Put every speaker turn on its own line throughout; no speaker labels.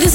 this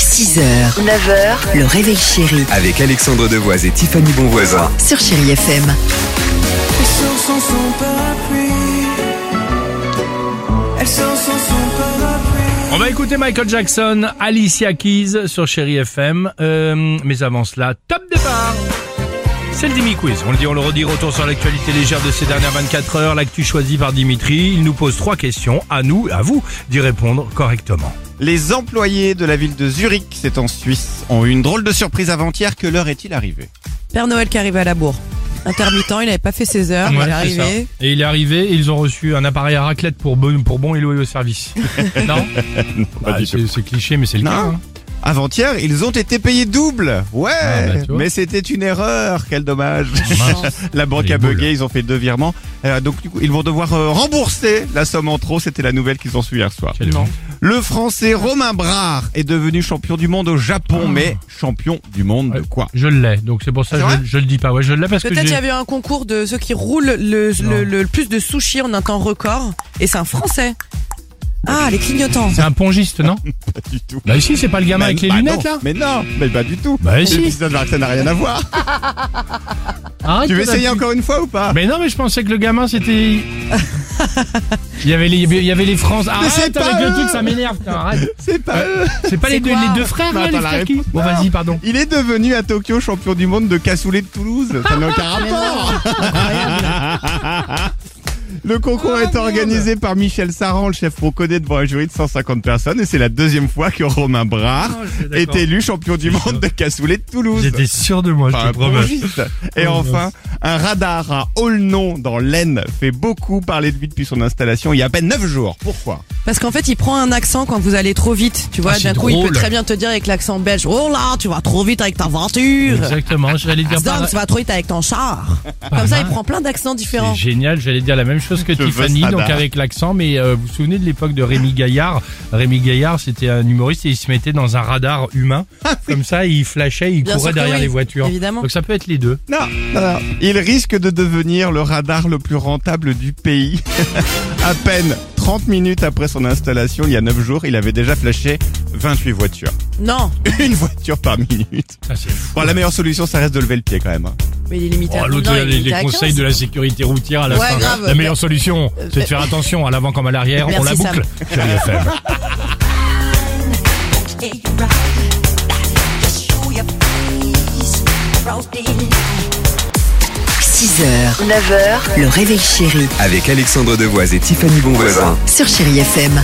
6h, 9h, le réveil chéri
avec Alexandre Devoise et Tiffany Bonvoisin.
sur Chérie FM.
Elle sort sans son parapluie. Elle sort sans son parapluie.
On va écouter Michael Jackson, Alicia Keys sur Chéri FM. Euh, mais avant cela, top départ c'est le Dimi Quiz. On le dit, on le redit, retour sur l'actualité légère de ces dernières 24 heures, l'actu choisie par Dimitri. Il nous pose trois questions, à nous, à vous, d'y répondre correctement.
Les employés de la ville de Zurich, c'est en Suisse, ont eu une drôle de surprise avant-hier. Que l'heure est-il arrivée
Père Noël qui arrive à la bourre. Intermittent, il n'avait pas fait ses
Ah,
heures,
Ouais,
il est
c'est ça.
arrivé.
Et il est arrivé, et ils ont reçu un appareil à raclette pour bon, pour bon et loyaux service. non
Pas
Bah,
du tout.
c'est, c'est cliché, mais c'est le
Non.
cas. hein.
Avant-hier, ils ont été payés double. Ouais,
Ah, bah, tu vois. Oh,
mais c'était une erreur. Quel dommage.
Mince.
la banque
Les
a
boules.
bugué, ils ont fait deux virements. Euh, donc du coup, ils vont devoir euh, rembourser la somme en trop. C'était la nouvelle qu'ils ont su hier soir.
Quel bon.
Le Français Romain Brard est devenu champion du monde au Japon, mais champion du monde de
Ah. Ouais.
quoi
Je l'ai, donc c'est pour ça
C'est
que
vrai
je, je le dis pas. Ouais, je l'ai parce que
Peut-être il y
j'ai...
avait un concours de ceux qui roulent le, le, le- le plus de sushis en un temps record. Et c'est un Français. Ah, les clignotants.
C'est un pongiste, non
Pas du tout.
Bah si, c'est pas le gamin avec les
Bah
lunettes,
non,
là
Mais non, mais pas du tout.
Bah si. Ah,
Et Ça ça n'a rien à voir.
Arrête,
Tu veux
on a-
essayer encore une fois ou pas
Mais non, mais je pensais que le gamin c'était. Il y avait les, il y avait les France.
c'est
Arrête
pas
avec le
eux.
truc, ça m'énerve. putain, Arrête.
C'est pas eux.
C'est pas les deux, les deux frères
Bah,
là, les
attends, la
frères qui.
réponse.
Bon,
Non.
vas-y, pardon.
Il est devenu à Tokyo champion du monde de cassoulet de Toulouse. Ça n'a aucun rapport. Le
Oh,
concours est organisé par Michel Saran, le chef procodé devant un jury de 150 personnes, et c'est la deuxième fois que Romain Brard
Oh, je suis
est
d'accord.
élu champion du monde de cassoulet de Toulouse.
J'étais sûr de moi, je
Par
te
un
promets.
pongiste. Et
Oh,
enfin, un radar à Aulnon dans l'Aisne fait beaucoup parler de lui depuis son installation il y a à peine 9 jours. Pourquoi
Parce qu'en fait, il prend un accent quand vous allez trop vite. Tu vois,
Ah, c'est
d'un coup, il peut
drôle.
très bien te dire avec l'accent belge Oh là, tu vas trop vite avec ta voiture.
Exactement, j'allais dire
Zdan,
pareil.
tu vas trop vite avec ton char. Comme ça, il prend plein d'accents différents.
Ah, C'est génial, j'allais dire la même chose que
Je veux
Tiffany,
ce
donc
radar.
avec l'accent, mais euh, vous vous souvenez de l'époque de Rémi Gaillard Rémi Gaillard, c'était un humoriste et il se mettait dans un radar humain,
Ah
comme ça, il flashait, il
Bien sûr
courait
que
derrière
oui,
les voitures.
évidemment.
Donc ça peut être les deux.
non, non, non. Il risque de devenir le radar le plus rentable du pays. à peine 30 minutes après son installation, il y a 9 jours, il avait déjà flashé 28 voitures.
Non,
Une voiture par minute.
Ah, c'est fou.
Bon, la meilleure solution, ça reste de lever le pied quand même. hein.
mais il est limité
Oh,
à
L'autre,
non,
il a
il est
les,
limité à
les
15.
conseils de la sécurité routière à la
Ouais,
fin.
grave. Euh,
La meilleure solution, c'est de faire attention à l'avant comme à l'arrière. On la
Merci,
boucle. Chérie FM.
Just show your face, roast it.
6h, 9h, le réveil chéri
Avec Alexandre Devoise et Tiffany Bonvoisin.
sur Chérie FM.